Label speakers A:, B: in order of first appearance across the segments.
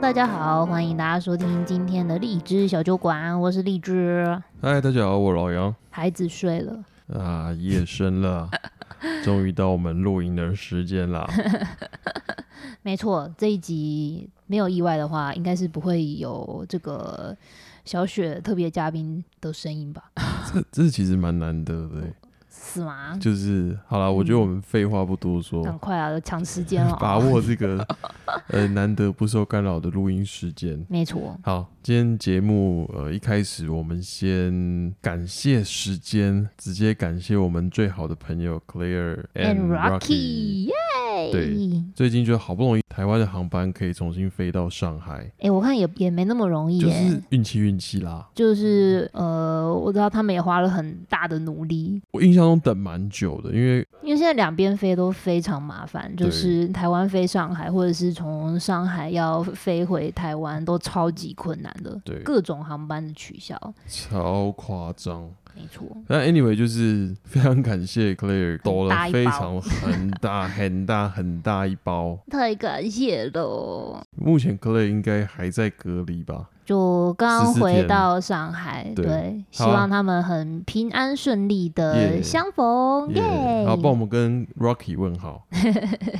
A: 大家好，欢迎大家收听今天的荔枝小酒馆，我是荔枝。
B: 嗨，哎大家好，我老 杨
A: 孩子睡了，
B: 啊，夜深 了，终于到我们录音的时间啦。
A: 没错，这一集没有意外的话，应该是不会有这个小雪特别嘉宾的声音吧？
B: 这这其实蛮难得的欸，
A: 是吗？
B: 就是好啦，我觉得我们废话不多说，
A: 赶快啊，抢时间 了
B: 把
A: 啊！
B: 握这个呃难得不受干扰的录音时间。
A: 没错，
B: 好，今天节目呃一开始我们先感谢时间，直接感谢我们最好的朋友 Claire and Rocky。
A: 耶！
B: 对最近就好不容易台湾的航班可以重新飞到上海，
A: 哎、我看也也没那么容易
B: 就
A: 耶。
B: 是运气运气啦。
A: 就是呃，我知道他们也花了很大的努力，
B: 我印象中等蛮久的，因为
A: 因为现在两边飞都非常麻烦，就
B: 对
A: 是台湾飞上海，或者是从上海要飞回台湾，都超级困难的，
B: 对
A: 各种航班的取消，
B: 超夸张。
A: 没错，
B: 但 anyway，就是非常感谢 Claire 抖
A: 大
B: 了
A: 一包
B: 非常很 大很大很大一包。
A: 太感谢了。
B: 目前 Claire 应该还在隔离吧？
A: 就刚
B: 14天
A: 回到上海，
B: 对
A: 对，希
B: 好啊
A: 望他们很平安顺利的
B: Yeah
A: 相逢，哦耶！
B: 好，帮我们跟 Rocky 问好。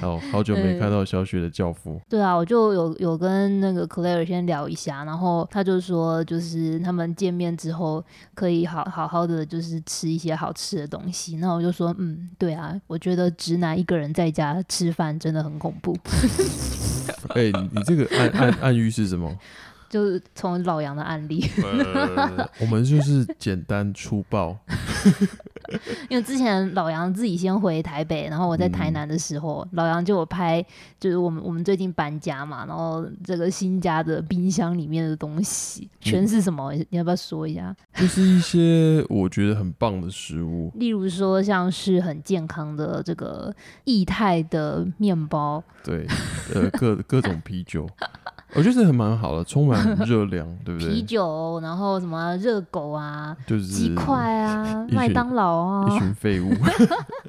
B: 好，好久没看到小雪的教父，
A: 对啊，我就有有跟那个 Claire 先聊一下，然后他就说，就是他们见面之后可以好好好的，就是吃一些好吃的东西。那我就说，嗯，对啊，我觉得直男一个人在家吃饭真的很恐怖， 嗯
B: 哎、你你这个暗暗暗喻是什么？
A: 就是从老杨的案例，
B: 呃，我们就是简单粗暴，
A: 因为之前老杨自己先回台北，然后我在台南的时候，老杨就有拍，就是我们我们最近搬家嘛，然后这个新家的冰箱里面的东西全是什么？你要不要说一下？
B: 就是一些我觉得很棒的食物，
A: 例如说，像是很健康的这个液态的面包，
B: 对，呃，各各种啤酒，我觉得这还蛮好的，充满热量，对不对？
A: 啤酒，然后什么热狗啊、
B: 就是
A: 鸡块啊、
B: 一群
A: 麦当劳啊
B: 一，群废物，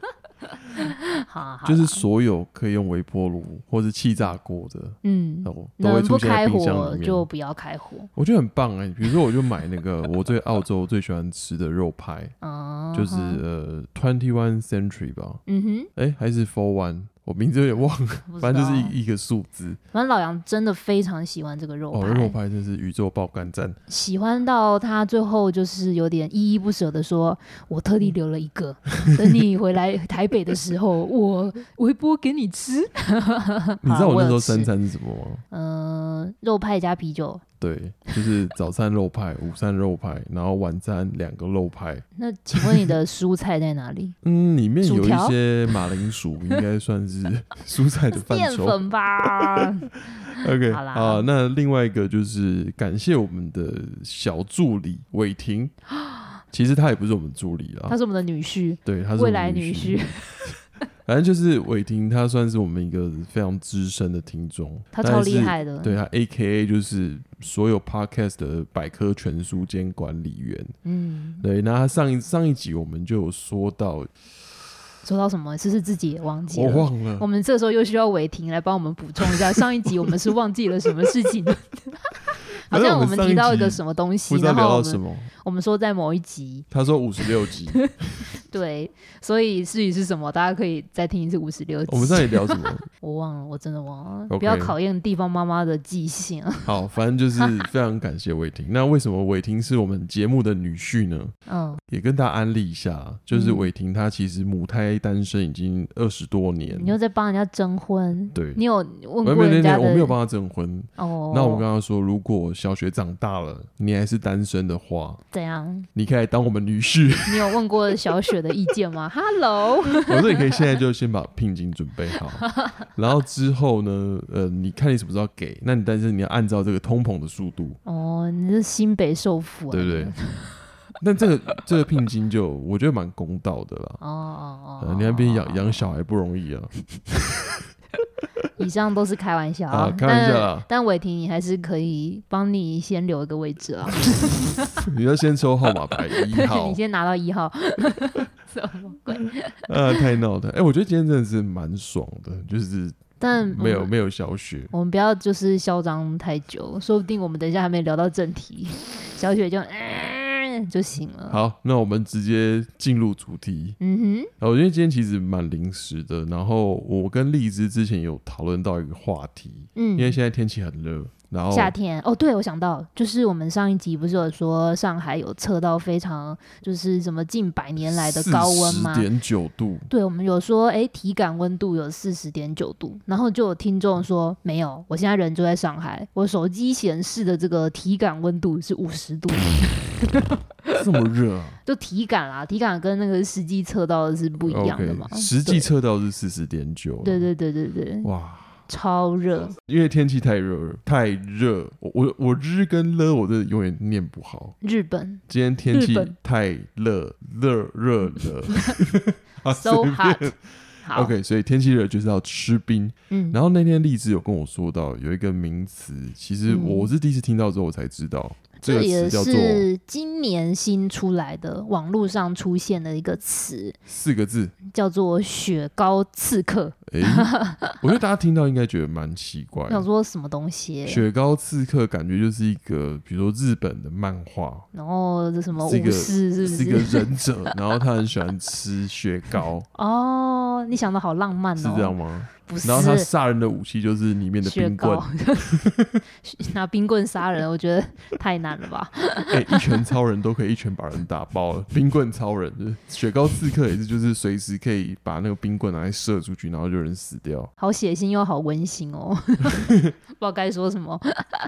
A: 好啊好啊
B: 就是所有可以用微波炉或是气炸锅的，
A: 嗯，
B: 哦，都会
A: 能不
B: 出现在
A: 开
B: 冰箱
A: 火
B: 里面。
A: 就不要开火，
B: 我觉得很棒哎、比如说我就买那个我在澳洲最喜欢吃的肉派，
A: 嗯，
B: 就是呃 Twenty One Century 吧，
A: 嗯
B: 哎、还是 Four One，我名字有点忘了，
A: 哼，
B: 反正就是
A: 不知道
B: 一一个数字。
A: 反正老杨真的非常喜欢这个肉
B: 哦，肉派真是宇宙爆肝 赞，
A: 喜欢到他最后就是有点依依不舍的说：“我特地留了一个，等你回来台北的时候，我微波给你吃。好”
B: 你知道我那时
A: 有
B: 候
A: 吃
B: 三餐是什么吗？
A: 嗯、肉派加啤酒，
B: 对，就是早餐肉派、午餐肉派，然后晚餐两个肉派。
A: 那请问你的蔬菜在哪 里？
B: 嗯，里面有
A: 薯
B: 一
A: 条
B: 些马铃薯，应该算是 蔬菜的范
A: 淀
B: 畴。
A: 粉 吧。
B: 啊 OK，
A: 好啦
B: 啊，那另外一个就是感谢我们的小助理伟 霆，其实他也不是我们助理啦
A: 他，是我们的女婿，
B: 对，他是我
A: 未
B: 们
A: 来
B: 女。
A: 女婿，
B: 反正就是伟霆，他算是我们一个非常资深的听众，
A: 他
B: 但
A: 超厉
B: 是
A: 害的。
B: 对他 A K A 就是所有 podcast 的百科全书兼管理员。
A: 嗯，
B: 对，那他上一上一集我们就有说到，
A: 说到什么？是不是自己也忘记
B: 我
A: 了？
B: 忘了
A: 我，们这时候又需要伟霆来帮我们补充一下，上一集我们是忘记了什么事情， 好
B: 反正
A: 像我
B: 我们
A: 们
B: 上
A: 提
B: 一
A: 到一个
B: 集
A: 什么东西
B: 不，知道
A: 然
B: 聊
A: 后我
B: 到什
A: 们
B: 么。
A: 我们说在某一集，
B: 他说五十六 集，
A: 对，所以至于是什么，大家可以再听一次五十六集。
B: 我们上一集聊什么？
A: 我忘了，我真的忘了
B: OK
A: 不要考验地方妈妈的记性啊。
B: 好，反正就是非常感谢伟霆。那为什么伟霆是我们节目的女婿呢？
A: 嗯，
B: 也跟大家安利一下，就是
A: 嗯
B: 伟霆他其实母胎单身已经二十多年，
A: 你又在帮人家征婚，
B: 对，
A: 你有问过
B: 没没没
A: 人
B: 没，
A: 家的？
B: 我没有帮他证婚。
A: 哦，
B: 那我跟他说，如果小雪长大了，你还是单身的话，
A: 怎样？
B: 你可以来当我们女婿。
A: 你有问过小雪的意见吗 ？Hello，
B: 我说你可以现在就先把聘金准备 好，然后之后呢，呃，你看你什么时候给，那你单身你要按照这个通膨的速度，
A: 哦，你是新北受府、啊，
B: 对不对？但这个这个聘金就我觉得蛮公道的啦。
A: 哦哦哦
B: 呃，，你那边养养小孩不容易啊！
A: 以上都是开玩笑
B: 啊开玩笑啊
A: 但但伟霆，你还是可以帮你先留一个位置啊，
B: 你要先抽号码牌一 号
A: 你， 先拿到一号。什么鬼？
B: 啊
A: 嗯
B: 呃，太闹的。哎、我觉得今天真的是蛮爽的，就是
A: 但我
B: 没有
A: 们
B: 没有小雪，
A: 我们不要就是嚣张太久，说不定我们等一下还没聊到正题， 小雪就嗯就醒了。
B: 好，那我们直接进入主题。呃
A: 嗯
B: 然后因为今天其实蛮临时的，然后我跟荔枝之前有讨论到一个话题，
A: 哼，嗯，
B: 因为现在天气很热，然后
A: 夏天哦，对，我想到，就是我们上一集不是有说上海有测到非常就是什么近百年来的高温吗
B: 十？点九度，
A: 对，我们有说，哎，体感温度有四十点九度，然后就有听众说没有，我现在人就在上海，我手机显示的这个体感温度是五十 度，！
B: 这么热啊
A: 就体感啦，体感跟那个实际测到的是 不一样的嘛。嗯
B: OK，实际测到是四十点九，
A: 对对对对对对，
B: 哇，
A: 超热，
B: 因为天气太热了，太热，我我我日跟了我真的永远念不好。
A: 日 本
B: 今天天气
A: 日本
B: 太热，热热 了啊
A: so
B: 随便
A: hot，好
B: OK，所以天气热就是要吃冰。
A: 嗯，
B: 然后那天荔枝有跟我说到有一个名词，其实
A: 嗯
B: 我是第一次听到之后我才知道，这
A: 这
B: 个
A: 也
B: 词叫做
A: 是今年新出来的网络上出现的一个词，
B: 四个字。
A: 叫做“雪糕刺客
B: 诶， 我觉得大家听到应该觉得蛮奇”。怪
A: 我
B: 的
A: 想。说啊什么东西、
B: 哎雪糕刺客感觉就是一个，比如说日本的漫画，
A: 然后这什么
B: 是一
A: 武
B: 个
A: 士是不
B: 是一个忍者， 然后他很喜欢吃雪 糕，
A: 哦，你想的好浪漫
B: 是
A: 哦，
B: 这样吗？
A: 不是
B: 然后他杀人的武器就是里面的
A: 雪
B: 冰棍
A: 糕，， 拿冰棍杀人，我觉得太难了吧？
B: 哎、一拳超人都可以一拳把人打爆了， 冰棍超人、就是雪糕刺客也是，就是随时可以把那个冰棍拿来射出去，然后就有人死掉。
A: 好血腥又好温馨哦， 不知道该说什么。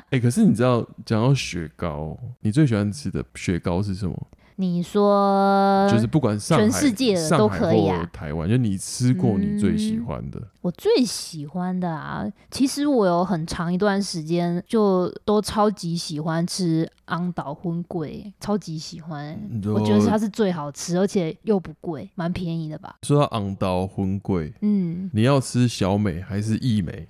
B: 哎、可是你知道，讲到雪糕，你最喜欢吃的雪糕是什么？
A: 你说，
B: 就是不管上海、
A: 呃全世界的都可以啊嗯
B: 上海或台湾，就你吃过你最喜欢的，
A: 我最喜欢的啊，其实我有很长一段时间就都超级喜欢吃昂岛荤贵，超级喜欢。
B: 你就
A: 我觉得它是最好吃，而且又不贵，蛮便宜的吧？
B: 说到昂刀荤贵。
A: 嗯，
B: 你要吃小美还是益美？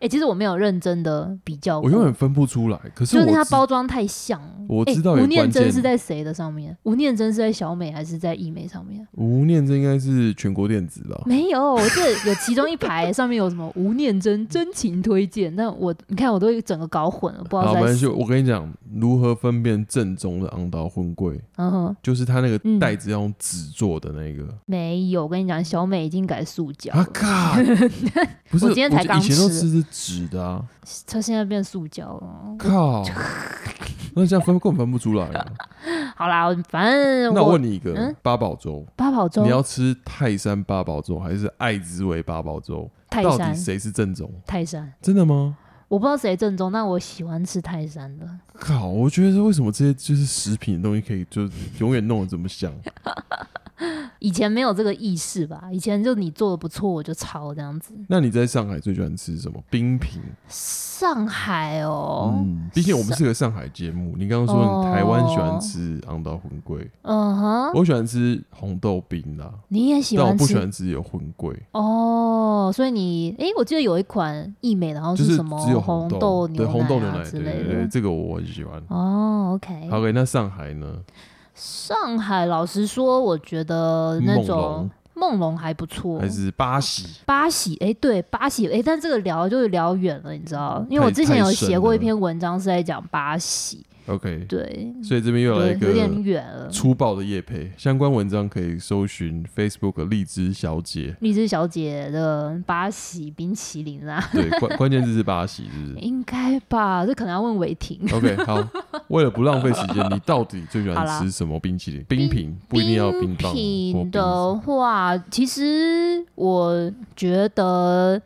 A: 哎、其实我没有认真的比较过，
B: 我永远分不出来。可是
A: 就
B: 我
A: 是它
B: 知
A: 包装太像。
B: 我知道
A: 诶
B: 有
A: 吴念
B: 关键
A: 真是在谁的上面？吴念真是在小美还是在艺美上 面？
B: 吴念真应该是全国电子吧？
A: 没有，我这有其中一 排上面有什么吴念真真情推荐，但我你看我都整个搞混了，不知道是
B: 好，
A: 啊在
B: 没关系。
A: 谁。
B: 我跟你讲，如何分辨正宗的昂刀荤贵，
A: 嗯哼。
B: 就是它那
A: 嗯
B: 个袋子要用纸做的那个。
A: 没有，我跟你讲，小美已经改塑胶
B: 啊
A: 了，
B: 靠！不是，
A: 我今天才刚
B: 以前都
A: 吃
B: 吃是纸的啊！
A: 她现在变塑胶了。
B: 靠！那这样分根本分不出来啊！
A: 好啦，我反正
B: 那我
A: 我
B: 问你一个、
A: 嗯
B: 八宝粥，
A: 八宝粥
B: 你、要吃泰山八宝粥还是爱之味八宝粥？
A: 泰
B: 到底
A: 山、
B: 谁是正宗？
A: 泰山，
B: 真的吗？
A: 我不知道谁正宗，但我喜欢吃泰山的。
B: 靠！我觉得为什么这些就是食品的东西可以就永远弄得这么 像？
A: 以前没有这个意识吧？以前就你做的不错，我就抄这样子。
B: 那你在上海最喜欢吃什么？冰品？
A: 上海哦，嗯
B: 嗯，毕竟我们是个上海节目。你刚刚说你台湾喜欢吃昂道荤桂，
A: 嗯哼，
B: 我喜欢吃红豆冰啦，
A: 你也哦喜
B: 但我
A: 欢
B: 不喜
A: 吃
B: 欢吃有荤桂，
A: 哦，所以你诶，我记得有一款益美的，然后
B: 就是
A: 什么
B: 只有
A: 红
B: 豆
A: 豆
B: 对
A: 牛
B: 红豆牛
A: 奶啊
B: 奶，
A: 之
B: 对
A: 类
B: 对对，
A: 的。
B: 这个我很喜欢。
A: 哦，OK，
B: 好，那上海呢？
A: 上海，老实说，我觉得那
B: 梦
A: 种
B: 龙
A: 梦龙还不错
B: 还。是巴西？
A: 八喜，哎，对，八喜，哎，但这个聊就是聊远了，你知道？因为我
B: 太
A: 之前
B: 太
A: 有
B: 深
A: 写过一
B: 了
A: 篇文章是在讲八喜，
B: OK，
A: 对，
B: 所以这边又来
A: 对有
B: 一
A: 点
B: 个
A: 远了。
B: 粗暴的叶配，相关文章可以搜寻 Facebook 荔枝小姐，
A: 荔枝小姐的八喜冰淇淋啦，
B: 对，关 关键字是巴西，是不 是
A: 应该吧？这可能要问伟霆。
B: ？OK，好，为了不浪费时间，你到底最喜
A: 好
B: 欢
A: 啦
B: 吃什么冰淇淋？冰品不一定要冰棒或
A: 品
B: 冰丝
A: 的话，其实我觉得，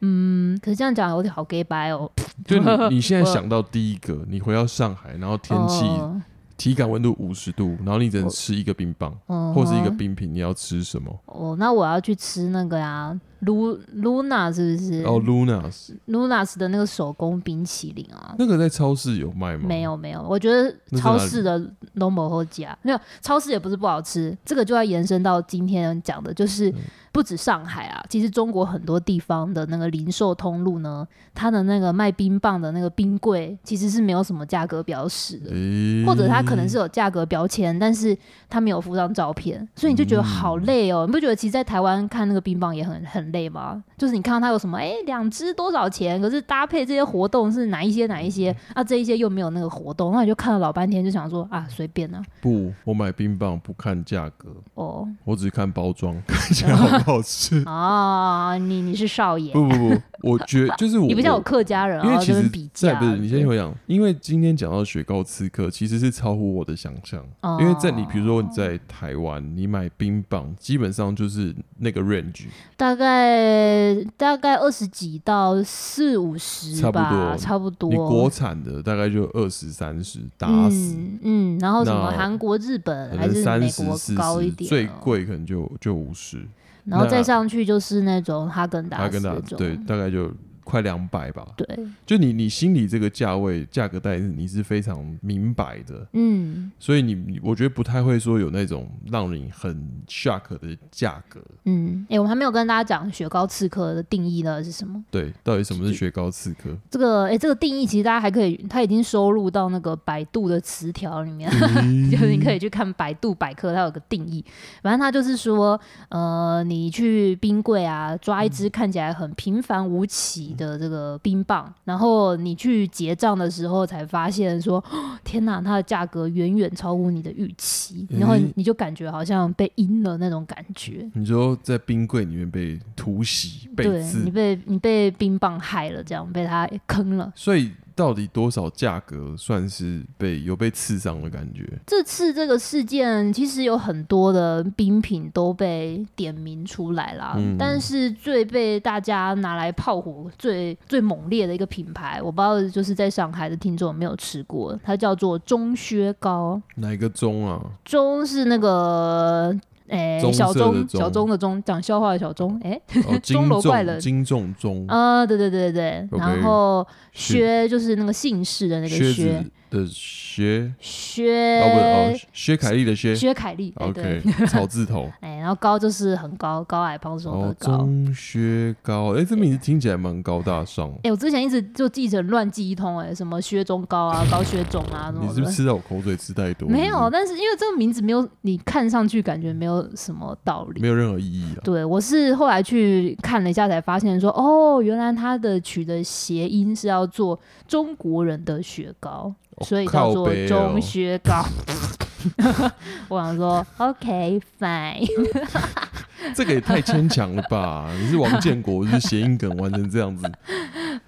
A: 嗯，可是这样讲有点好 gay 白哦。
B: 就你你现在
A: 我
B: 想到第一个，你回到上海，然后天气、
A: 哦
B: 体感温度五十度，然后你只能吃一个冰棒
A: 嗯
B: 或是一个
A: 哼
B: 冰品，你要吃什么？
A: 哦，那我要去吃那个呀、卢 Lu Luna 是不是？
B: 哦，Lunas
A: Lunas 的那个手工冰淇淋啊。
B: 那个在超市有卖吗？
A: 没，有没有，我觉得
B: 那在
A: 超
B: 哪里
A: 市的都没好加，没有超市也不是不好吃，这个就要延伸到今天讲的，就是
B: 嗯
A: 不止上海啊，其实中国很多地方的那个零售通路呢，它的那个卖冰棒的那个冰柜其实是没有什么价格标识的，
B: 诶、
A: 或者它可
B: 嗯
A: 能是有价格标签，但是它没有
B: 嗯
A: 附上照片，所以你就觉得好累哦。你不觉得其实，在台湾看那个冰棒也很很累吗？就是你看到它有什么，哎，两只多少钱？可是搭配这些活动是哪一些哪一些
B: 嗯
A: 啊？这一些又没有那个活动，那你就看了老半天，就想说啊，随便啊。
B: 不，我买冰棒不看价格，
A: 哦。
B: 我只看包装， 看起来好不好吃
A: 哦，你你是少爷，
B: 嗯不不不，我觉就是我
A: 你不像我客家人，
B: 因
A: 然
B: 为
A: 后
B: 其
A: 这边
B: 实
A: 比
B: 在
A: 价，
B: 不是你先听我讲，因为今天讲到雪糕刺客，其实是超乎我的想象。
A: 哦
B: 因为在你比如说你在台湾，你买冰棒基本上就是那个 range，
A: 大概大概二十几到四五十
B: 差不
A: 吧，
B: 多
A: 差不多。
B: 你国产的大概就二十三十，打死
A: 嗯嗯，然后什么
B: 那
A: 韩国、日本
B: 可
A: 还
B: 能
A: 是
B: 三
A: 美
B: 十
A: 国
B: 四
A: 高一
B: 十，
A: 点，哦
B: 最。贵可能就就五十。
A: 然后
B: 那
A: 再上去就是那种哈根达
B: 他
A: 斯
B: 跟他
A: 那种，
B: 对，大概就快两百吧。
A: 嗯对，
B: 就你你心里这个价位价格带你是非常明白的，
A: 嗯
B: 所以你你我觉得不太会说有那种让你很 shock 的价格。
A: 嗯。哎、我们还没有跟大家讲雪糕刺客的定义呢是什么？
B: 对，到底什么是雪糕刺客？
A: 这个哎、这个定义其实大家还可以，它已经收录到那个百度的词条里面。 就是你可以去看百度百科，它有个定义，反正它就是说，呃，你去冰柜啊抓一只看起来很平凡无奇的这个冰棒，然后你去结账的时候才发现说， 哦天哪，它的价格远远超乎你的预期，然后
B: 诶
A: 你就感觉好像被阴了那种感觉。
B: 你说在冰柜里面被突袭、被
A: 对你
B: 刺，
A: 被你被冰棒害了，这样被它坑了。
B: 所以到底多少价格算是被有被刺伤的感觉？
A: 这次这个事件，其实有很多的冰品都被点名出来啦，
B: 嗯
A: 但是最被大家拿来炮火最最猛烈的一个品牌，我不知道就是在上海的听众有没有吃过，它叫做钟薛糕，
B: 哪一个钟啊？
A: 钟是那个。诶，
B: 棕色
A: 小
B: 的
A: 钟，
B: 钟
A: 小钟的钟，讲笑话的小钟，诶，
B: 哦，
A: 钟
B: 金
A: 楼怪
B: 重
A: 人
B: 金重钟，
A: 啊、对对对对对
B: 嗯 OK，
A: 然后
B: 是
A: 薛就是那个姓氏的那个
B: 靴
A: 薛
B: 子，的靴，
A: 薛、
B: 哦不是哦，薛凯丽的薛
A: 薛凯丽，哎、对
B: ，OK，，草字头。
A: 哎，然后高就是很高，高矮胖瘦都
B: 哦，
A: 高。
B: 钟薛高，哎、这名字听起来蛮高大上。
A: 哎、我之前一直就记成乱记一通、哎，什么薛中高啊，高薛中啊，什
B: 你
A: 么
B: 是不
A: 的。
B: 是吃到我口水吃太多？
A: 没有，
B: 是
A: 但是因为这个名字没有，你看上去感觉没有什么道
B: 不是
A: 理。
B: 没有任何意义啊。
A: 对，我是后来去看了一下，才发现说，哦，原来它的取的谐音是要做中国人的雪糕，
B: 哦
A: 所以叫
B: 靠
A: 做
B: 北哦
A: 中薛糕。 我想说，OK fine，
B: 这个也太牵强了吧？你是王建国，是谐音梗玩成这 样子，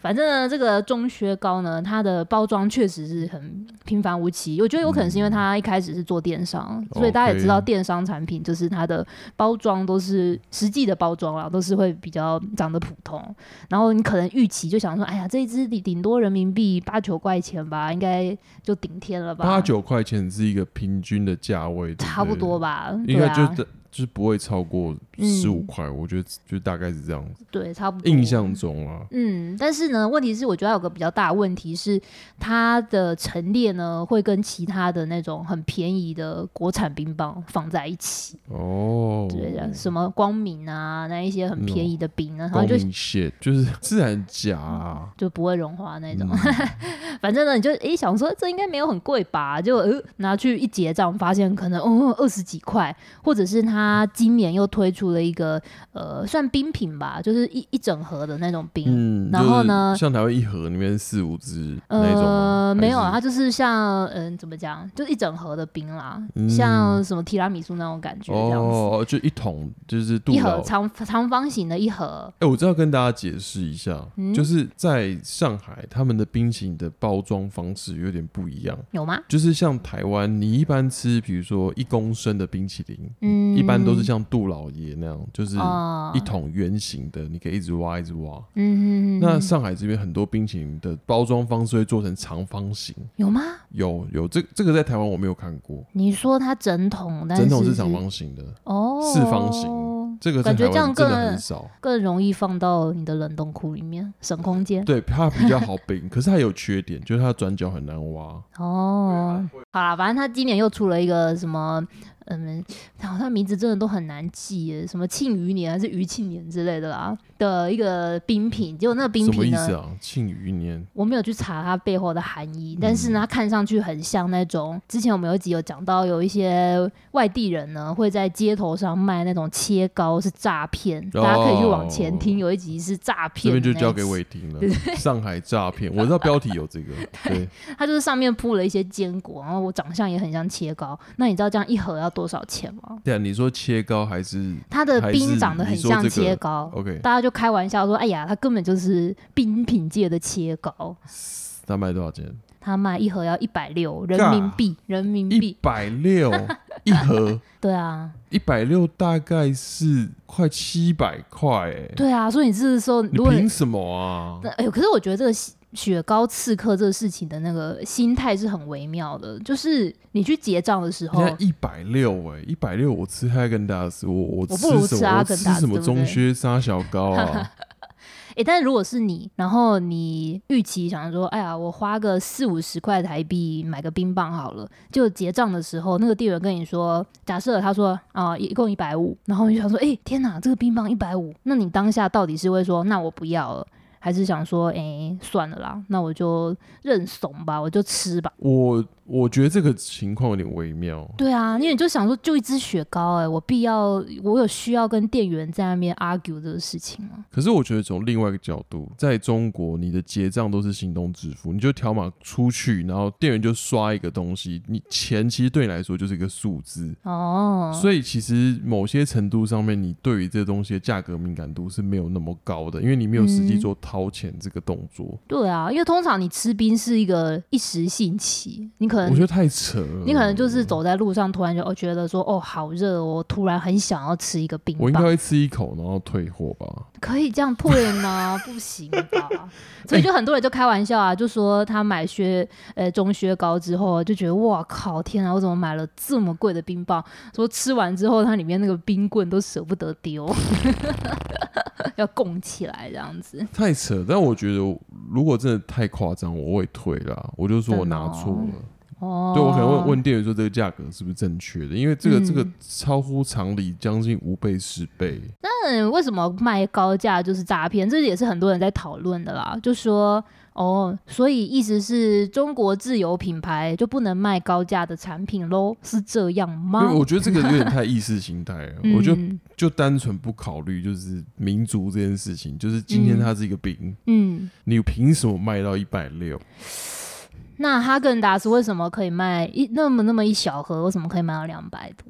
A: 反正呢，这个中薛糕呢，它的包装确实是很平凡无奇。我觉得有可能是因为它一开始是做电商，
B: OK
A: 所以大家也知道电商产品就是它的包装都是实际的包装啦，都是会比较长得普通。然后你可能预期就想说，哎呀，这一支顶顶多人民币八九块钱吧，应该就顶天了吧，
B: 八九块钱是一个平均的价位，对对
A: 差不多，吧，对
B: 应该就
A: 啊，
B: 是就是不会超过
A: 嗯
B: 十五块，我觉得就大概是这样子。
A: 对，差不多。
B: 印象中啊，
A: 嗯，但是呢，问题是我觉得它有个比较大的问题是，它的陈列呢会跟其他的那种很便宜的国产冰棒放在一起，
B: 哦，
A: 对的，什么光明啊，那一些很便宜的冰啊，然后
B: 光
A: 就
B: 明蟹就是自然假、啊。
A: 就不会融化那种。
B: 嗯
A: 反正呢，你就诶想说这应该没有很贵吧，就呃拿去一结账，发现可能哦二十几块，或者是它今年又推出了一个呃算冰品吧，就是一一整盒的那种冰，
B: 嗯，
A: 然后呢
B: 就是像台湾一盒里面四五只那种吗
A: 呃，没有啊，
B: 还
A: 它
B: 是
A: 就是像嗯，怎么讲，就一整盒的冰啦，像什么提拉米苏那种感觉这样子，
B: 嗯哦，就一桶就是杜
A: 一
B: 老
A: 盒长长方形的一盒，
B: 哎、我知道跟大家解释一下，
A: 嗯
B: 就是在上海，他们的冰淇淋的包装方式有点不一样。
A: 有吗？
B: 就是像台湾，你一般吃，比如说一公升的冰淇淋，
A: 嗯
B: 一般都是像杜老爷那样，就是
A: 哦
B: 一桶圆形的，你可以一直挖一直挖。
A: 嗯，
B: 那上海这边很多冰淇淋的包装方式会做成长方形，
A: 有吗？
B: 有有这这个在台湾我没有看过，
A: 你说它整桶，但是
B: 整桶是长方形的，
A: 哦，
B: 四方形这个在
A: 感觉
B: 台
A: 这样
B: 湾真的
A: 更
B: 很少。
A: 更容易放到你的冷冻库里面，省空间。
B: 对它比较好冰，可是它有缺点，就是它的转角很难挖。
A: 哦，好啦，反正他今年又出了一个什么。嗯，好像名字真的都很难记耶，什么庆余年还是余庆年之类的啦的一个冰品，结果那个冰
B: 什么
A: 品
B: 意
A: 呢，嗯
B: 思啊？庆余年
A: 我没有去查它背后的含义，但是呢，它看上去很像那种之前我们有一集有讲到，有一些外地人呢会在街头上卖那种切糕是诈骗，
B: 哦
A: 大家可以去往前听，有一集是诈
B: 这
A: 骗的
B: 边
A: 那一集，
B: 就交给伟霆了。上海诈骗，我知道标题有 这个，对，
A: 它就是上面铺了一些坚果，然后我长相也很像切糕，那你知道这样一盒要多少钱吗？
B: 对啊，你说切糕还是
A: 它的
B: 还
A: 冰
B: 是
A: 长得很
B: 你说这
A: 像
B: 个
A: 切糕。
B: OK？
A: 大家就开玩笑说：“哎呀，它根本就是冰品界的切糕，
B: 他卖多少钱？
A: 它卖一盒要一百六人民币，人民
B: 一
A: 币。
B: 百 六一盒，”
A: 对啊，
B: 一百六大概是快七百块，哎，
A: 对啊，所以你这个时候，
B: 你
A: 如果
B: 凭什么啊？
A: 那哎呦，可是我觉得这个西雪糕刺客这个事情的那个心态是很微妙的，就是你去结账的时候
B: 现，在一百六哎，一百六我吃哈根达斯，我我
A: 不
B: 吃
A: 如
B: 什
A: 吃
B: 么？
A: 哈
B: 我
A: 根
B: 吃
A: 达斯
B: 什么
A: 对不
B: 中
A: 对
B: 靴沙小糕 啊？
A: 哎、但是如果是你，然后你预期想说，哎呀，我花个四五十块台币买个冰棒好了，就结账的时候，那个店员跟你说，假设他说啊、一共一百五，然后你就想说，哎、天哪，这个冰棒一百五，那你当下到底是会说，那我不要了，还是想说，哎、算了啦，那我就认怂吧，我就吃吧。
B: 我我觉得这个情况有点微妙。
A: 对啊，因为你就想说，就一支雪糕、哎，我必要，我有需要跟店员在那边 argue 这个事情吗？
B: 可是我觉得从另外一个角度，在中国，你的结账都是行动支付，你就条码出去，然后店员就刷一个东西，你钱其实对你来说就是一个数字。
A: 哦，
B: 所以其实某些程度上面，你对于这东西的价格敏感度是没有那么高的，因为你没有实际
A: 嗯
B: 做掏钱这个动作。
A: 对啊，因为通常你吃冰是一个一时兴起，你可
B: 我觉
A: 能
B: 得太扯了。
A: 嗯你可能就是走在路上，突然就哦觉得说哦好热哦，我突然很想要吃一个冰
B: 我应该
A: 棒，
B: 会吃一口，然后退货吧。
A: 可以这样退吗？不行 吧？所以就很多人就开玩笑啊，就说他买靴呃中靴糕之后啊就觉得哇靠天啊，我怎么买了这么贵的冰棒？说吃完之后它里面那个冰棍都舍不得丢， 要供起来这样子。
B: 太扯，但我觉得如果真的太夸张，我会退啦。我就说我拿错
A: 真
B: 了，
A: 哦，
B: 对我可能会问店员说这个价格是不是正确的，因为这个、
A: 嗯
B: 这个超乎常理，将近五倍十倍。
A: 嗯，为什么卖高价就是诈骗？这也是很多人在讨论的啦。就说哦，所以意思是中国自有品牌就不能卖高价的产品喽？是这样
B: 因为
A: 吗？
B: 我觉得这个有点太意识形态了，我就
A: 嗯
B: 就单纯不考虑就是民族这件事情，就是今天它是一个饼，
A: 嗯，
B: 你凭什么卖到一百六？
A: 那哈根达斯为什么可以卖一那么那么一小盒？为什么可以卖到两百多？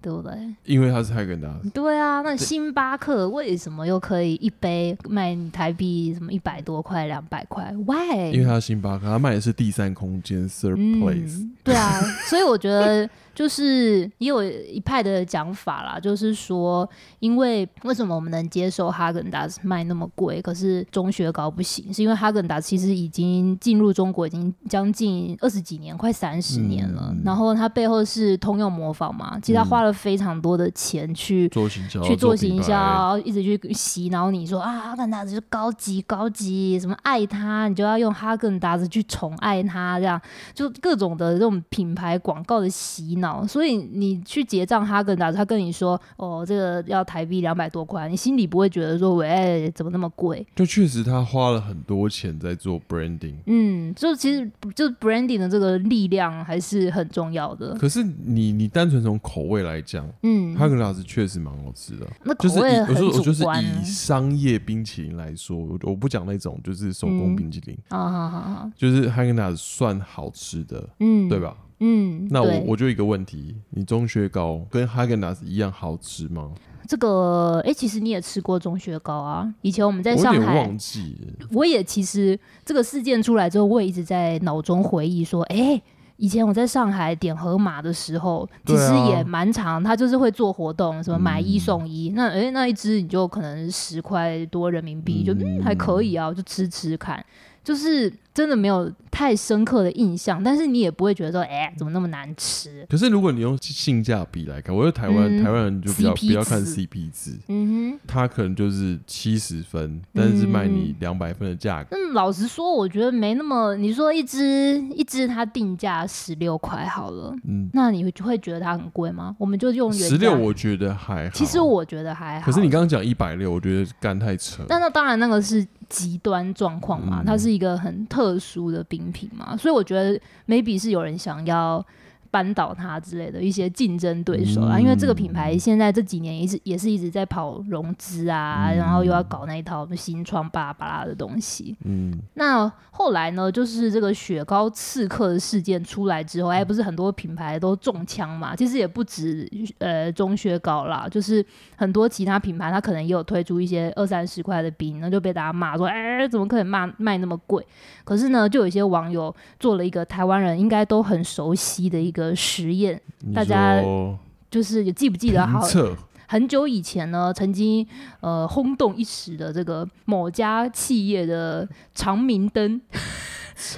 A: 对不对？
B: 因为它是哈根达斯，
A: 对啊，那星巴克为什么又可以一杯卖你台币什么一百多块、两百块？Why？
B: 因为它是星巴克，它卖的是第三空间 third place，、
A: 嗯、对啊，所以我觉得就是也有一派的讲法啦，就是说，因为为什么我们能接受哈根达斯卖那么贵，可是中雪糕不行，是因为哈根达斯其实已经进入中国已经将近二十几年，快三十年了。
B: 嗯
A: 然后它背后是通用模仿嘛，其实它花了非常多的钱去。
B: 做行销，
A: 去做行
B: 品牌
A: 销，一直去洗脑你说啊，哈根达斯就是高级高级，什么爱它，你就要用哈根达斯去宠爱它，这样就各种的这种品牌广告的洗脑。所以你去结账哈根达斯，他跟你说哦，这个要台币两百多块，你心里不会觉得说喂、怎么那么贵？
B: 就确实他花了很多钱在做 branding，
A: 嗯，就其实就 branding 的这个力量还是很重要的。
B: 可是你你单纯从口味来讲，
A: 嗯，
B: 哈根达斯确实蛮好吃的。啊
A: 那
B: 就
A: 口
B: 是
A: 味
B: 以我
A: 很
B: 说我就
A: 主
B: 是
A: 观
B: 以商业冰淇淋来说，我我不讲那种就是手工
A: 嗯
B: 冰淇淋，
A: 啊啊啊啊，啊
B: 就是哈根达斯算好吃的，
A: 嗯，
B: 对？吧？
A: 嗯，
B: 那我
A: 对
B: 我就有一个问题，你中雪糕跟哈根达斯一样好吃吗？
A: 这个，哎、其实你也吃过中雪糕啊。以前我们
B: 我
A: 在
B: 有
A: 上
B: 点
A: 海，
B: 忘记了，
A: 我也其实这个事件出来之后，我也一直在脑中回忆说，哎、以前我在上海点河马的时候，其
B: 对
A: 实
B: 啊
A: 也蛮长，他就是会做活动，什么买一
B: 嗯
A: 送一。那哎、诶那一只你就嗯可能十块多人民币，就嗯还可以啊，我就吃吃看。就是真的没有太深刻的印象，但是你也不会觉得说，哎、怎么那么难吃？
B: 可是如果你用性价比来看，我觉得台湾、
A: 嗯
B: 台湾人就比较
A: CP
B: 比较看
A: 值
B: CP 值，
A: 嗯哼。
B: 他可能就是七十分，但是卖
A: 嗯
B: 你两百分的价格。
A: 那老实说，我觉得没那么。你说一只一只，它定价十六块好了，
B: 嗯，
A: 那你会觉得它很贵吗？我们就用原价
B: 十六我觉得还好。啊
A: 其实，我觉得还好。
B: 可是你刚刚讲一百六，我觉得干太扯。
A: 但那当然那个是极端状况嘛，
B: 嗯
A: 它是一个很特殊的冰品嘛，所以我觉得 maybe 是有人想要。扳倒它之类的一些竞争对手啊，
B: 嗯
A: 因为这个品牌现在这几年也是也是一直在跑融资啊，
B: 嗯
A: 然后又要搞那一套新创巴拉巴拉的东西。
B: 嗯，
A: 那后来呢，就是这个雪糕刺客的事件出来之后，哎，不是很多品牌都中枪嘛？其实也不止呃中雪糕啦，就是很多其他品牌，它可能也有推出一些二三十块的冰，那就被大家骂说，哎，怎么可以骂卖那么贵？可是呢，就有一些网友做了一个台湾人应该都很熟悉的一个实验，
B: 你
A: 大家
B: 说
A: 就是你记不记得好
B: 评测
A: 很久以前呢，曾经呃轰动一时的这个某家企业的长明灯。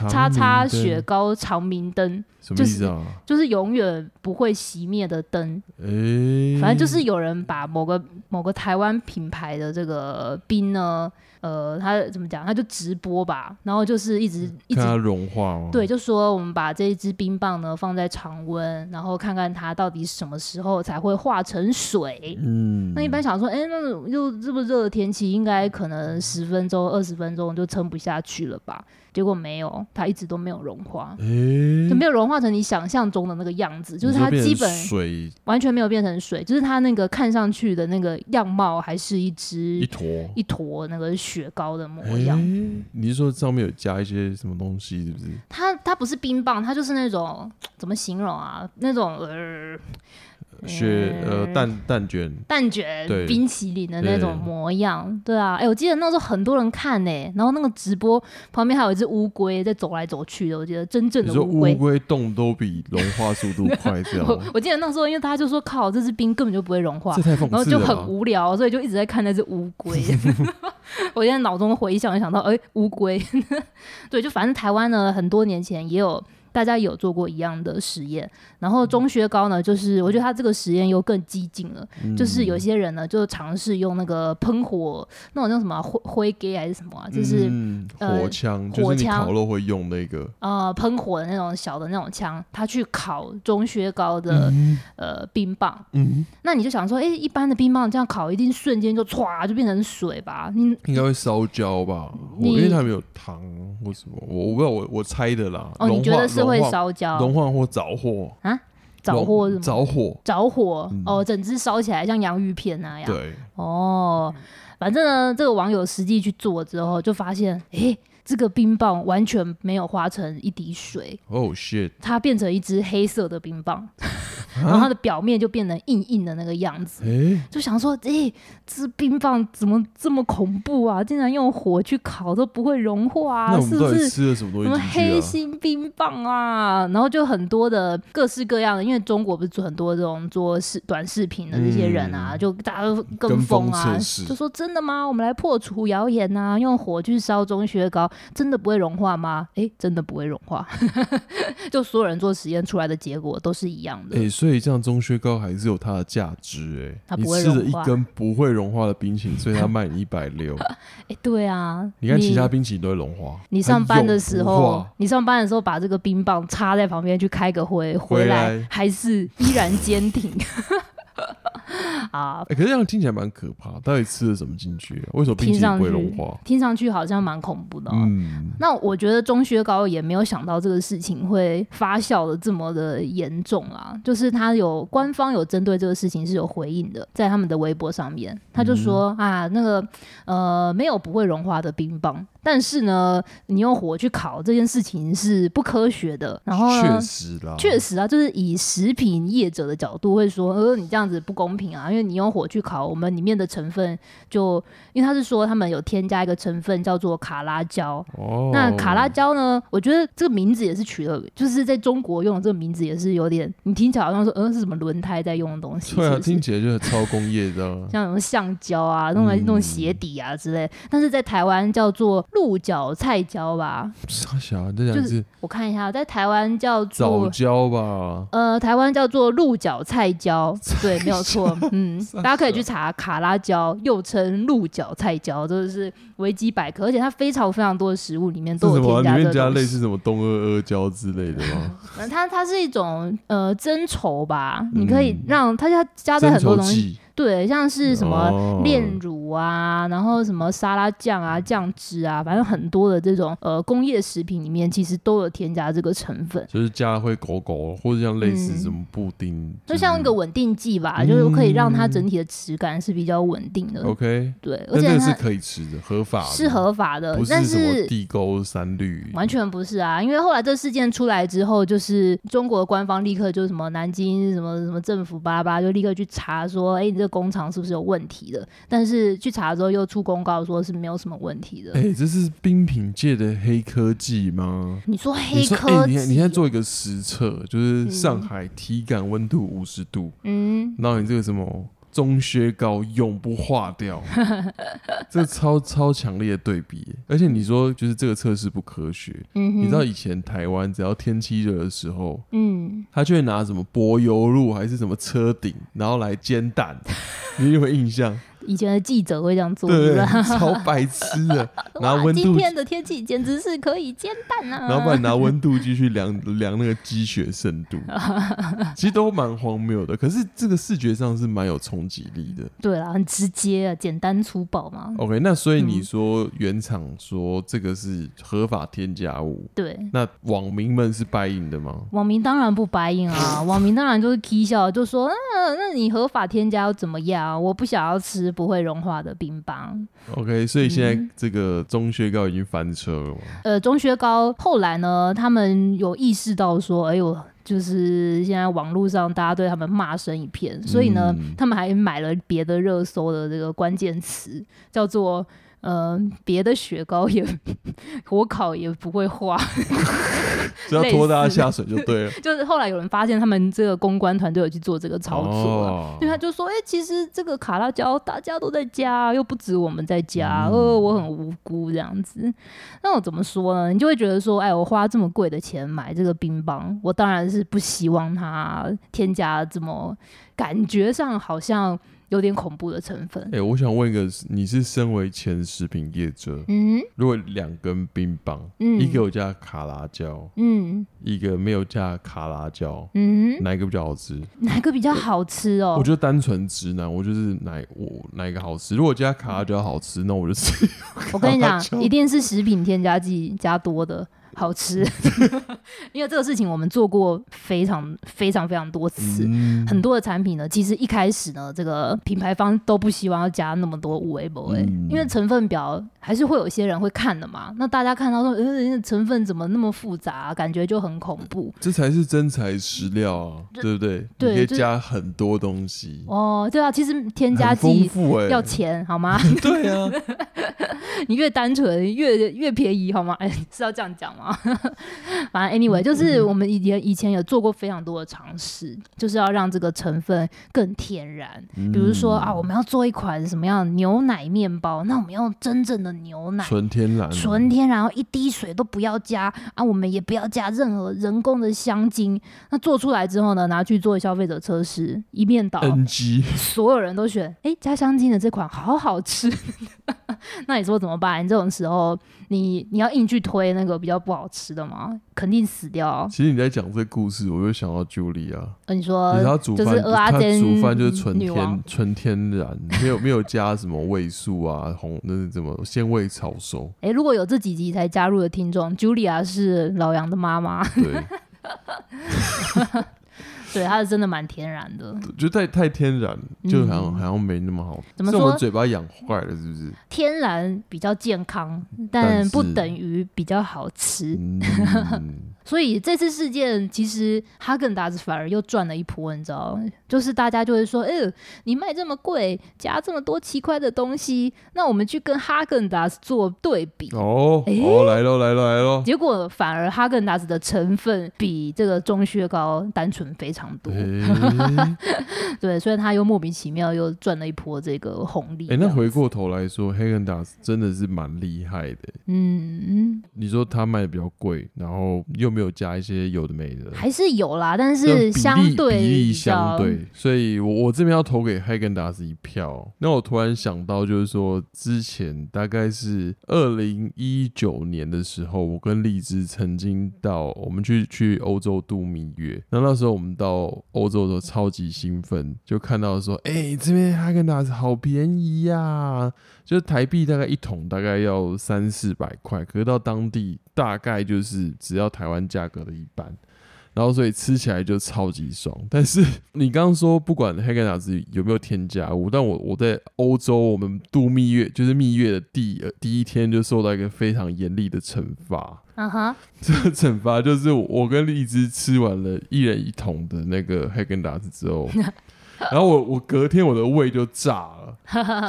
A: 叉叉雪糕长明灯，
B: 什么意思啊？
A: 就是永远不会熄灭的灯。
B: 诶，
A: 反正就是有人把某个某个台湾品牌的这个冰呢，呃，他怎么讲，他就直播吧，然后就是一直一直
B: 嗯看它融化哦。
A: 对，，就说我们把这一支冰棒呢放在常温，然后看看它到底什么时候才会化成水。
B: 嗯，
A: 那一般想说，哎、那又这么热的天气，应该可能十分钟、二十分钟就撑不下去了吧？结果没有，它一直都没有融化。
B: 诶，
A: 就没有融化成你想象中的那个样子，就是
B: 哎嗯你说
A: 它
B: 变
A: 基
B: 成
A: 本
B: 水
A: 完全没有变成水，就是它那个看上去的那个样貌还是一
B: 一
A: 只
B: 坨
A: 一坨那个雪糕的模
B: 诶，
A: 样。
B: 你是说上面有加一些什么东西，是不是？
A: 它它不是冰棒，它就是那种怎么形容啊？那种呃
B: 雪呃蛋蛋卷，
A: 蛋卷
B: 对
A: 冰淇淋的那种
B: 对
A: 模样。对啊，哎、我记得那时候很多人看呢、然后那个直播旁边还有一只乌龟在走来走去的，我觉得真正
B: 你
A: 的
B: 说
A: 乌
B: 乌
A: 龟。
B: 龟动都比融化速度快，这样
A: 我
B: 吗？
A: 我记得那时候，因为大家就说靠，这只冰根本就不会融化
B: 这，太
A: 然
B: 讽
A: 后
B: 刺
A: 就
B: 了吧
A: 很！无聊，所以就一直在看那只乌龟。 我现在脑中回想，想到哎，乌龟， 对，就反正台湾呢，很多年前也有大家有做过一样的实验。然后中学高呢，就是我觉得他这个实验又更激进了，
B: 嗯
A: 就是有些人呢就尝试用那个喷火，那种叫什么啊灰灰给还是什么啊，就是。
B: 嗯
A: 呃
B: 火枪，就
A: 火
B: 是你
A: 枪
B: 烤肉会用那个，
A: 呃，喷火的那种小的那种枪，他去烤中学高的、呃冰棒，
B: 嗯，
A: 那你就想说，哎、一般的冰棒这样烤，一定瞬间就歘就变成水吧？你
B: 应该会烧焦吧？我
A: 你
B: 因为它没有糖或什么，我我不知道，我我猜的啦。
A: 哦，你
B: 融
A: 觉
B: 化
A: 得是会
B: 融化
A: 烧焦、
B: 融化或着火，
A: 着
B: 融
A: 火是吗？
B: 着火，
A: 着火、
B: 嗯
A: 哦，整只烧起来像洋芋片那样。
B: 对，
A: 哦，反正呢，这个网友实际去做之后，就发现，哎、这个冰棒完全没有化成一滴水，
B: 哦 shit，
A: 它变成一只黑色的冰棒，
B: 啊
A: 然后它的表面就变成硬硬的那个样子。
B: 哎，
A: 就想说，诶，这冰棒怎么这么恐怖啊？竟然用火去烤都不会融化、
B: 那
A: 啊，
B: 我
A: 是
B: 们
A: 不
B: 到底
A: 是？
B: 吃了什么东
A: 什么
B: 西
A: 黑
B: 进去啊？
A: 心冰棒啊，然后就很多的各式各样的，因为中国不是做很多这种做视短视频的这些人啊，
B: 嗯
A: 就大家都跟
B: 跟
A: 风
B: 风
A: 啊，
B: 测试
A: 就说真的吗？我们来破除谣言啊，用火去烧中雪糕，真的不会融化吗？诶，真的不会融化， 就所有人做实验出来的结果都是一样的。
B: 哎、所以这样中靴糕还是有它的价值哎、
A: 它
B: 你
A: 不会
B: 吃了
A: 融
B: 一
A: 化
B: 根不会融化的冰淇淋，所以它卖你一百 六。
A: 诶，对啊，
B: 你看其他冰淇淋都会融化，
A: 你
B: 它
A: 上班的
B: 永
A: 时
B: 不
A: 候
B: 化，
A: 你上班的时候把这个冰棒插在旁边去开个会，回
B: 回
A: 来
B: 来
A: 还是依然坚挺。 啊，
B: 哎、可是这样听起来蛮可怕。到底吃了什么进去、啊？为什么冰淇
A: 听
B: 淋
A: 上
B: 不
A: 去哦
B: 会融化？
A: 听上去好像蛮恐怖的、哦。
B: 嗯，
A: 那我觉得中学高也没有想到这个事情会发酵的这么的严重啦，就是他有官方有针对这个事情是有回应的，在他们的微博上面，他就
B: 嗯
A: 说、啊，那个呃没有不会融化的冰棒，但是呢，你用火去烤这件事情是不科学的。然后呢
B: 确，实啦，
A: 确实啊，就是以食品业者的角度会说，呃，你这样子不公平啊，因为你用火去烤，我们里面的成分就，因为他是说他们有添加一个成分叫做卡拉胶。
B: 哦，
A: 那卡拉胶呢？我觉得这个名字也是取了，就是在中国用的这个名字也是有点，你听起来好像说，嗯、是什么轮胎在用的东西，
B: 对
A: 是
B: 啊，
A: 不是
B: 听起来就很超工业，知道吗？
A: 像什么橡胶啊，那种那种
B: 嗯
A: 鞋底啊之类，但是在台湾叫做鹿角菜胶吧，
B: 傻小，这两
A: 就是
B: 字
A: 我看一下，在台湾叫
B: 早
A: 做
B: 教吧？
A: 呃，台湾叫做鹿角菜椒，对，没有 错，嗯，
B: 三
A: 大家可以
B: 小
A: 去查卡拉椒，又称鹿角菜椒，这就是维基百科，而且它非常非常多的食物里面
B: 是
A: 都
B: 什
A: 有添
B: 么？里
A: 加这
B: 面
A: 个
B: 加
A: 东
B: 类
A: 西
B: 似什么东阿阿胶之类的 吗？
A: 嗯它它是一种呃增稠吧，你可以
B: 嗯
A: 让它加加在
B: 增
A: 很多
B: 稠
A: 东西，
B: 剂
A: 对，像是什么
B: 哦
A: 炼乳啊，然后什么沙拉酱
B: 嗯
A: 啊、酱汁啊，反正很多的这种呃工业食品里面其实都有添加这个成分。
B: 就是加了会狗狗，或者像类似
A: 嗯
B: 什么布丁，
A: 就像一个
B: 是
A: 稳定剂吧，
B: 嗯
A: 就是可以让它整体的质感是比较稳定的。
B: OK，
A: 对，而
B: 嗯哦那这
A: 且
B: 个是
A: 它
B: 可以吃的，合法的，
A: 是合法的
B: 不，
A: 但
B: 是什么
A: 是
B: 地沟三氯，
A: 完全不是啊，因为后来这事件出来之后，就是中国官方立刻就什么南京什么什么政府巴拉巴拉就立刻去查说，哎、你这个工厂是不是有问题的？但是去查之后又出公告说是没有什么问题的。
B: 哎、这是冰品界的黑科技吗？
A: 你说黑
B: 你说，
A: 科技
B: 你
A: 哦、
B: 看你现在做一个实测，就是
A: 嗯
B: 上海体感温度五十度，
A: 嗯，
B: 然后你这个什么中靴膏永不化 掉，这超超强烈的对比耶。而且你说就是这个测试不科学，
A: 嗯哼，
B: 你知道以前台湾只要天气热的时候，
A: 嗯，
B: 他就会拿什么柏油路还是什么车顶，然后来煎 蛋，你有没有印象？
A: 以前的记者会这样做，是
B: 对
A: 吧？，
B: 超白痴的，拿
A: 哇
B: 温
A: 今
B: 度
A: 天的天气简直是可以煎蛋啊！
B: 然后不然拿温度计去量 量那个积雪深 度，其实都蛮荒谬的。可是这个视觉上是蛮有冲击力的。
A: 对啦，很直接啊，简单粗暴嘛。
B: OK，那所以你
A: 嗯
B: 说原厂说这个是合法添加物，
A: 对，
B: 那网民们是拜印的吗？
A: 网民当然不白应 啊，网民当然就是 k 笑，就说，嗯、那你合法添加又怎么样？我不想要吃不会融化的冰棒。
B: OK，所以现在
A: 嗯
B: 这个中靴膏已经翻车了嘛？
A: 呃，中学高后来呢，他们有意识到说，哎呦。就是现在网络上大家对他们骂声一片，所以呢
B: 嗯，
A: 他们还买了别的热搜的这个关键词，叫做呃别的雪糕也 火烤也不会化，
B: 只要拖大家下水就对了。
A: 就是后来有人发现他们这个公关团队有去做这个操作啊。
B: 哦
A: 对，他就说：“哎、其实这个卡拉胶大家都在加，啊又不止我们在加，
B: 嗯
A: 呃，我很无辜这样子。那我怎么说呢？你就会觉得说，哎，我花这么贵的钱买这个冰棒，我当然是不希望它添加这么感觉上好像有点恐怖的成分
B: 哎、。我想问一个，你是身为前食品业者，
A: 嗯
B: 如果两根冰棒，
A: 嗯
B: 一个有加卡拉胶，
A: 嗯
B: 一个没有加卡拉椒，
A: 嗯，
B: 哪一个比较好吃？
A: 哪个比较好吃哦
B: 我？觉得单纯直男，我就是哪我哪一个好吃。如果加卡拉椒好吃，那我就吃。
A: 我跟你
B: 卡拉
A: 讲
B: 椒，
A: 一定是食品添加剂加多的好吃，
B: 嗯
A: 因为这个事情我们做过非常非常非常多次。
B: 嗯
A: 很多的产品呢，其实一开始呢，这个品牌方都不希望要加那么多五维博诶，
B: 嗯
A: 因为成分表还是会有一些人会看的嘛。那大家看到说，呃，成分怎么那么复杂啊、感觉就很恐怖
B: 这才是真材实料啊，对不对？
A: 对
B: 你可以
A: 就是
B: 加很多东西，
A: 哦。对啊，其实添
B: 很
A: 加
B: 丰
A: 剂
B: 富哎、
A: 要钱好吗？
B: 对啊，
A: 你越单纯越越便宜好吗？哎，是要这样讲吗？ 反正 anyway，就是
B: 嗯
A: 我们以前以前有做过非常多的尝试，就是要让这个成分更天然。比如说
B: 嗯
A: 啊，我们要做一款什么样的牛奶面包，那我们要用真正的牛奶。
B: 纯天然啊，
A: 纯天然，然后一滴水都不要加啊，我们也不要加任何人工的香精。那做出来之后呢，拿去做消费者测试，一面倒，
B: NG。
A: 所有人都选，哎、加香精的这款好好吃。 那你说怎么办？你这种时候，你你要硬去推那个比较不好吃的吗？肯定死掉啊。
B: 其实你在讲这个故事，我就想到 Julie 啊，
A: 呃你
B: 你
A: 说
B: 知道她煮
A: 就是
B: 饭，
A: 蚵仔
B: 她
A: 煎
B: 煮饭就是纯
A: 女王
B: 天纯天然，没有没有加什么味素啊，红那是怎么鲜味炒熟，
A: 诶，哎如果有这几集才加入的听众，Julia 是老杨的妈妈，
B: 对。
A: 对，她是真的蛮天然的。
B: 就太太天然，就好像、
A: 嗯
B: 好像没那么好。
A: 怎么
B: 是我们
A: 说
B: 嘴巴养坏了，是不 是？
A: 天然比较健康，
B: 但
A: 但
B: 是
A: 不等于比较好吃。
B: 嗯，
A: 所以这次事件其实哈根达斯反而又赚了一波，你知道吗？就是大家就会说，哎、你卖这么贵，加这么多奇怪的东西，那我们去跟哈根达斯做对比。
B: 哦，
A: 诶
B: 哦，来喽，来喽，来喽！
A: 结果反而哈根达斯的成分比这个钟薛高单纯非常多，
B: 哎
A: 对，所以他又莫名其妙又赚了一波这个红利。
B: 哎，那回过头来说，黑人达斯真的是蛮厉害的。
A: 嗯，
B: 你说他卖的比较贵，然后又没有加一些有的没的，
A: 还是有啦，但
B: 这比
A: 是
B: 例
A: 相对
B: 比
A: 比
B: 例
A: 较
B: 相对，所以我我这边要投给黑根达斯一票。那我突然想到，就是说之前大概是二零一九年的时候，我跟荔枝曾经到我们去去欧洲度蜜月。那那时候我们到欧洲的时候超级兴奋，就看到说，哎、这边哈根达斯好便宜呀、就是台币大概一桶大概要三四百块，可是到当地大概就是只要台湾价格的一半。然后所以吃起来就超级爽。但是 你刚刚说不管黑格达斯有没有添加物，但我我在欧洲我们度蜜月，就是蜜月的第、呃、第一天就受到一个非常严厉的惩罚。
A: 啊哈，
B: 这个惩罚就是我跟荔枝吃完了一人一桶的那个黑根达斯之后，然后我我隔天我的胃就炸了，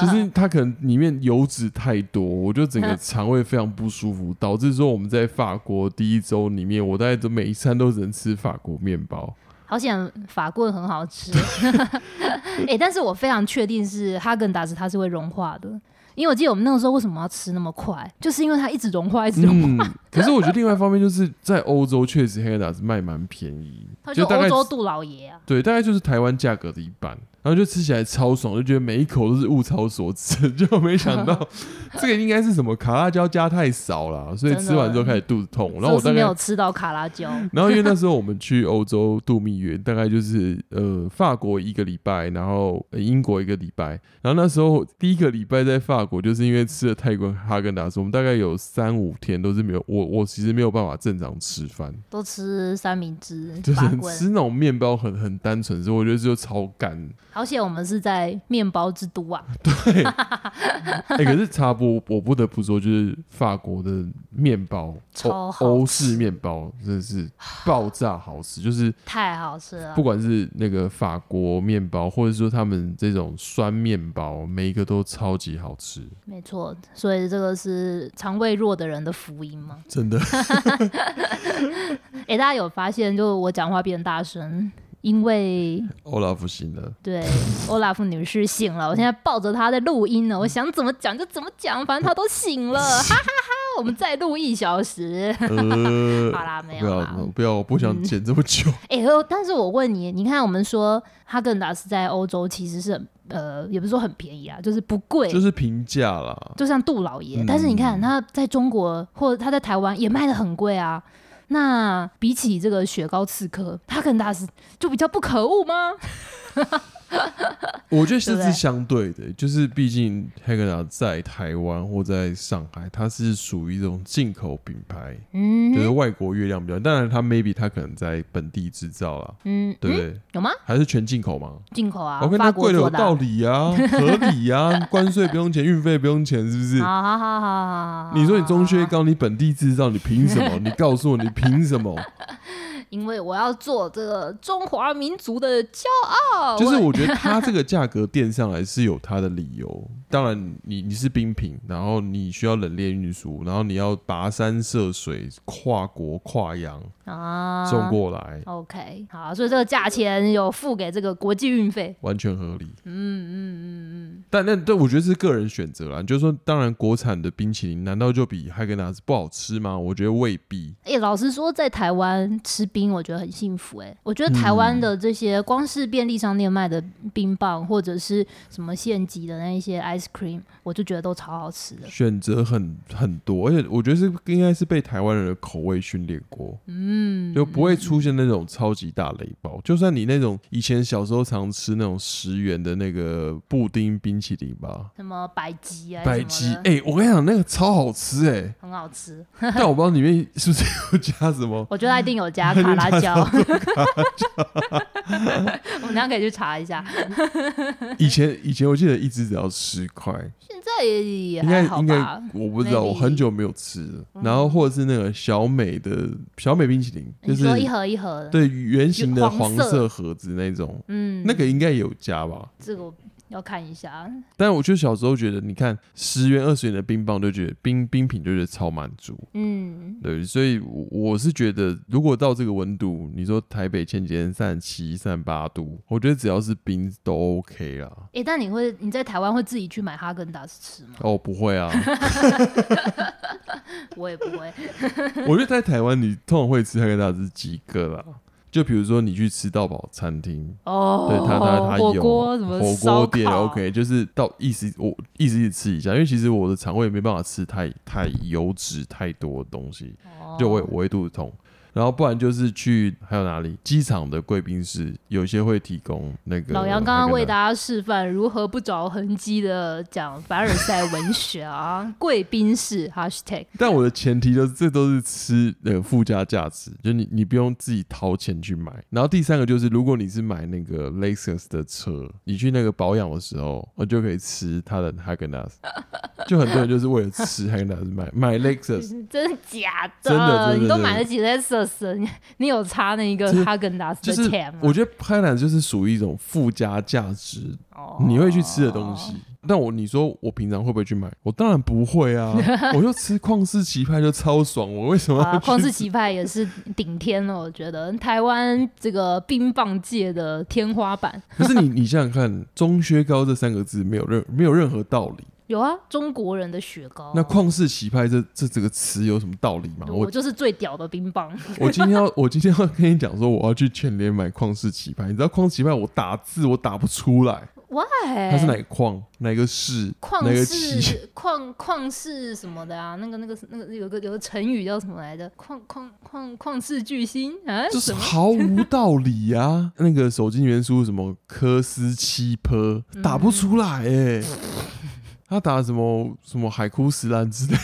B: 就是它可能里面油脂太多，我就整个肠胃非常不舒服，导致说我们在法国第一周里面，我大概都每一餐都只能吃法国面包。
A: 好想法棍很好吃， 哎、但是我非常确定是哈根达斯它是会融化的，因为我记得我们那个时候为什么要吃那么快，就是因为它一直融化，一直融化，
B: 嗯，可是我觉得另外一方面就是在欧洲确实黑根达斯卖蛮便宜
A: 它，就
B: 就大
A: 欧
B: 概
A: 洲杜老爷啊，
B: 对，大概就是台湾价格的一半，然后就吃起来超爽，就觉得每一口都是物超所值，就没想 到这个应该是什么卡辣椒加太少了，所以
A: 真的
B: 吃完之后开始肚子痛，然后我
A: 就是
B: 大
A: 没
B: 概
A: 有。吃到卡拉椒，
B: 然后因为那时候我们去欧洲度蜜月，大概就是呃法国一个礼拜，然后呃英国一个礼拜。然后那时候第一个礼拜在法国，就是因为吃了泰国哈根达斯，我们大概有三五天都是没有我我其实没有办法正常吃饭，
A: 都吃三明治、
B: 就是
A: 法
B: 很吃
A: 棍，
B: 那种面包很很单纯，所以我觉得就超干。
A: 好险我们是在面包之都啊，
B: 哎、可是插播，我不得不说，就是法国的面包，
A: 超
B: 欧
A: 好吃
B: 欧式面包真的是爆炸好吃。就是
A: 太好吃了
B: 不，管是那个法国面包，或者说他们这种酸面包，每一个都超级好吃，
A: 没错，所以这个是肠胃弱的人的福音嘛。
B: 真的。
A: 哎、大家有发现，就我讲话变大声，因为
B: 欧拉夫行 了，
A: 对欧拉夫女士醒了，我现在抱着她在录音呢，我想怎么讲就怎么讲，反正她都醒了，哈哈哈！我们再录一小时，
B: 呃，
A: 好啦，没
B: 不
A: 有
B: 要
A: 啦。
B: 不要，我不想剪这么久。
A: 哎、哦但是我问你，你看我们说哈根达斯在欧洲其实是很呃，也不是说很便宜啊，就是不贵，
B: 就是平价啦，
A: 就像杜老爷，
B: 嗯
A: 但是你看他在中国或者他在台湾也卖的很贵啊。那比起这个雪糕刺客，哈根达斯就比较不可恶吗？
B: 我觉得这
A: 对不
B: 是
A: 对
B: 相对的，就是毕竟 h a g e n 在台湾或在上海，它是属于一种进口品牌，
A: 嗯
B: 就是
A: 哼
B: 外国月亮比较，当然它 maybe 它可能在本地制造啦，
A: 嗯，
B: 对不
A: 嗯
B: 对？
A: 有吗？
B: 还是全进口嘛？
A: 进口啊
B: 我跟，它
A: 法国
B: 贵的有
A: 做的
B: 道
A: 啊。
B: 理啊，合理啊，关税不用钱，运费不用钱，是不是？
A: 好好好好好好。
B: 你说你中
A: 好
B: 靴
A: 好
B: 高，你本地制造，你凭什 么？你告诉我，你凭什么？
A: 好因为我要做这个中华民族的骄傲。
B: 就是
A: 哦我
B: 我觉得它这个价格垫上来是有它的理由。当然你，你是冰品，然后你需要冷链运输，然后你要跋山涉水、跨国跨洋
A: 啊，
B: 送过来，
A: OK，好，所以这个价钱有付给这个国际运费。
B: 完全合理。
A: 嗯嗯嗯嗯，
B: 但那但我觉得是个人选择啦，就是说，当然国产的冰淇淋难道就比哈根达斯不好吃吗？我觉得未必。
A: 哎、老实说，在台湾吃冰，我觉得很幸福、欸。哎，我觉得台湾
B: 嗯
A: 的这些光是便利商店卖的冰棒，或者是什么现挤的那一些 ice cream，我就觉得都超好吃的。
B: 选择很很多，而且我觉得是应该是被台湾人的口味训练过，
A: 嗯，
B: 就不会出现那种超级大雷包。就算你那种以前小时候常吃那种十元的那个布丁冰淇淋吧，
A: 什么百吉啊，
B: 百吉，哎、我跟你讲，那个超好吃哎、
A: 很好吃。
B: 但我不知道里面是不是有加什么
A: 我觉得它一定有加卡 拉椒， 我们等一下可以去查一下。
B: 以前以前我记得一只只要十块，
A: 现在也也
B: 应该
A: 还好
B: 应该
A: 吧，
B: 我不知道，
A: maybe
B: 我很久没有吃了。嗯然后或者是那个小美的小美冰淇淋，就
A: 你
B: 是
A: 说一盒一盒的，，
B: 对圆形的
A: 黄
B: 黄
A: 色
B: 色盒子那种，
A: 嗯，
B: 那个应该也有加吧。
A: 这个我要看一下。
B: 但我就小时候觉得，你看十元二十元的冰棒就觉得冰冰品就觉得超满足，
A: 嗯，
B: 对，所以我我是觉得，如果到这个温度，你说台北前几天三十七、三十八度，我觉得只要是冰都 OK 啦。
A: 诶，但你会你在台湾会自己去买哈根达斯吃吗？
B: 哦，不会啊，
A: 我也不会。
B: 我觉得在台湾你通常会吃汉根达斯几个啦，就比如说你去吃到饱餐厅，
A: 哦，
B: 对它它它
A: 火
B: 有啊
A: 锅什么
B: 火
A: 烧
B: 锅店
A: 烤
B: OK，就是到意思我意思一直吃一下，因为其实我的肠胃没办法吃太太油脂太多的东西，
A: 哦
B: 就我也我会肚子痛。然后不然就是去还有哪里机场的贵宾室，有些会提供那个
A: 老杨刚刚为
B: 汉根达
A: 大
B: 斯
A: 家示范如何不着痕迹的讲凡尔赛文学 啊，贵宾室 hashtag
B: 但我的前提就是，这都是吃那个附加价值，就你你不用自己掏钱去买。然后第三个就是，如果你是买那个 Lexus 的车，你去那个保养的时候，我就可以吃它的 h a g e n d a s 就很多人就是为了吃 h a g e n d a s 买买 Lexus，
A: 真的假的？
B: 真的真的
A: 你都
B: 真的
A: 买得起 Lexus，你你有差那个
B: 就是
A: 哈根达斯
B: 就是
A: 的钱吗？
B: 我觉得 h a g e n d a s 就是属于一种附加价值，
A: 哦
B: 你会去吃的东西。但我你说我平常会不会去买？我当然不 会啊，我就吃旷世奇派就超爽，我为什么
A: 啊
B: 要，
A: 旷
B: 去
A: 世奇派也是顶天哦了，我觉得台湾这个冰棒界的天花板。
B: 可是你你想想看，中薛高这三个字没有任没有任何道理。
A: 有啊，中国人的雪糕，
B: 那旷世奇派这这这个词有什么道理吗？
A: 哦我
B: 我
A: 就是最屌的冰棒。
B: 我今天要我今天要跟你讲说，我要去全联买旷世奇派。你知道旷世奇派我打字我打不出来，
A: Why？
B: 它是哪个旷哪个市
A: 哎旷
B: 哪个奇？
A: 世旷旷世什么的啊？那个那个那个有个有个成语叫什么来着？旷旷旷旷世巨星啊？
B: 就是
A: 什么？
B: 毫无道理呀、 啊！那个手机原书什么科斯七坡
A: 嗯
B: 打不出来哎、他打什么什么海枯石烂之类的，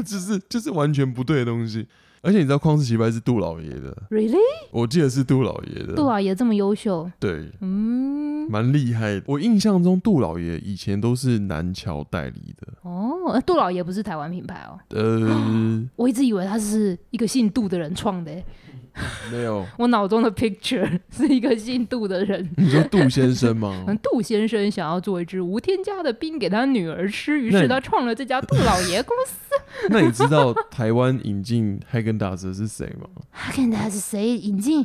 B: 就是就是完全不对的东西。而且你知道旷世奇派是杜老爷的，
A: Really？
B: 我记得是杜老爷的，
A: 杜老爷这么优秀？
B: 对，
A: 嗯，
B: 蛮厉害的。我印象中杜老爷以前都是南侨代理的，
A: 哦，呃杜老爷不是台湾品牌哦，
B: 呃，
A: 我一直以为他是一个姓杜的人创的欸，
B: 没有，
A: 我脑中的 picture 是一个姓杜的人。
B: 你说杜先 生吗？
A: 嗯，杜先生想要做一支无添加的冰给他女儿吃，于
B: 那
A: 是
B: 你
A: 他创了这家杜老爷 公司。
B: 那你知道台湾引进黑根达斯是谁吗？
A: 哈根达斯谁引进？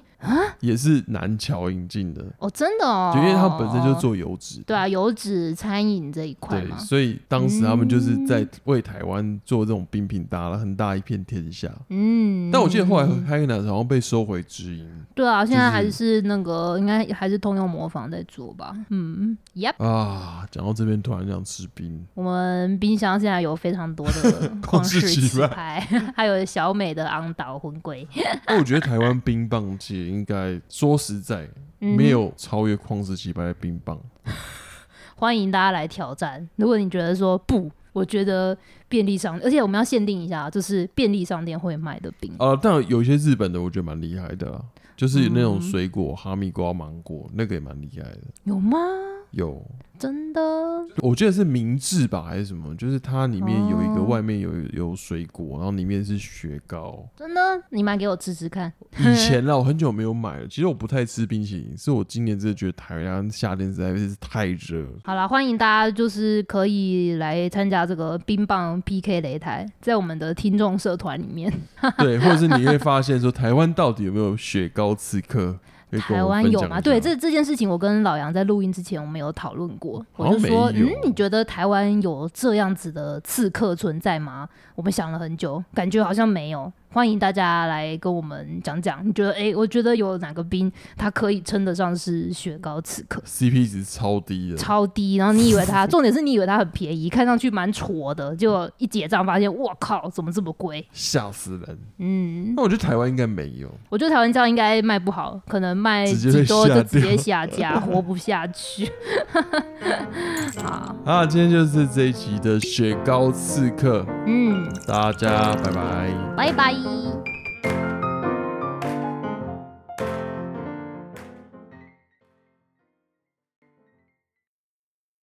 B: 也是南侨引进的，
A: 哦，真的哦，
B: 就因为它本身就做油脂，
A: 对啊，油脂餐饮这一块
B: 对，
A: 嘛。嗯
B: 所以当时他们就是在为台湾做这种冰品打了很大一片天下。
A: 嗯，
B: 但我记得后来 h a g e n d 好像被收回直营
A: 对啊，现在还
B: 就是
A: 那个应该还是通用模仿在做吧。嗯，Yep，
B: 啊。讲到这边，突然想吃冰，
A: 我们冰箱现在有非常多 的旷
B: 旷世
A: 世
B: 奇
A: 奇派， 还有小美的昂岛魂龟。
B: 那我觉得台湾冰棒界应该说实在
A: 嗯
B: 没有超越旷世奇派的冰棒。
A: 欢迎大家来挑战。如果你觉得说不，我觉得便利商，而且我们要限定一下，就是便利商店会卖的冰。
B: 啊，但有些日本的我觉得蛮厉害的啦，啊就是有
A: 嗯
B: 那种水果哈密瓜、芒果，那个也蛮厉害的。
A: 有吗？
B: 有，
A: 真的？
B: 我记得是明治吧，还是什么？就是它里面有一个，
A: 哦
B: 外面有有水果，然后里面是雪 糕。
A: 真的？你买给我吃吃看。
B: 以前啦，我很久没有买了。其实我不太吃冰淇淋，是我今年真的觉得台湾夏天实在是太热 了。
A: 好啦，欢迎大家就是可以来参加这个冰棒 PK 擂台，在我们的听众社团里面，
B: 对，或者是你会发现说，台湾到底有没有雪糕刺客？可以跟
A: 台
B: 我们
A: 湾
B: 分
A: 有
B: 享
A: 吗？
B: 一
A: 对，
B: 下
A: 这这件事情，我跟老杨在录音之前我们有讨论过，我
B: 好
A: 就
B: 像
A: 说，
B: 没有
A: 嗯，你觉得台湾有这样子的刺客存在吗？我们想了很久，感觉好像没有。欢迎大家来跟我们讲讲，你觉得诶，我觉得有哪个冰它可以称得上是雪糕刺客？
B: CP 值超低的，
A: 超低，然后你以为它，重点是你以为它很便宜，看上去蛮挫的，结果一结账发现，我靠，怎么这么贵？
B: 吓死人。
A: 嗯，
B: 那我觉得台湾应该没有，
A: 我觉得台湾这样应该卖不好，可能卖
B: 直接
A: 几
B: 被
A: 周
B: 下
A: 就直
B: 掉
A: 接下架，活不下去。 好，
B: 啊，今天就是这一集的雪糕刺客，
A: 嗯，
B: 大家拜拜。
A: 拜拜。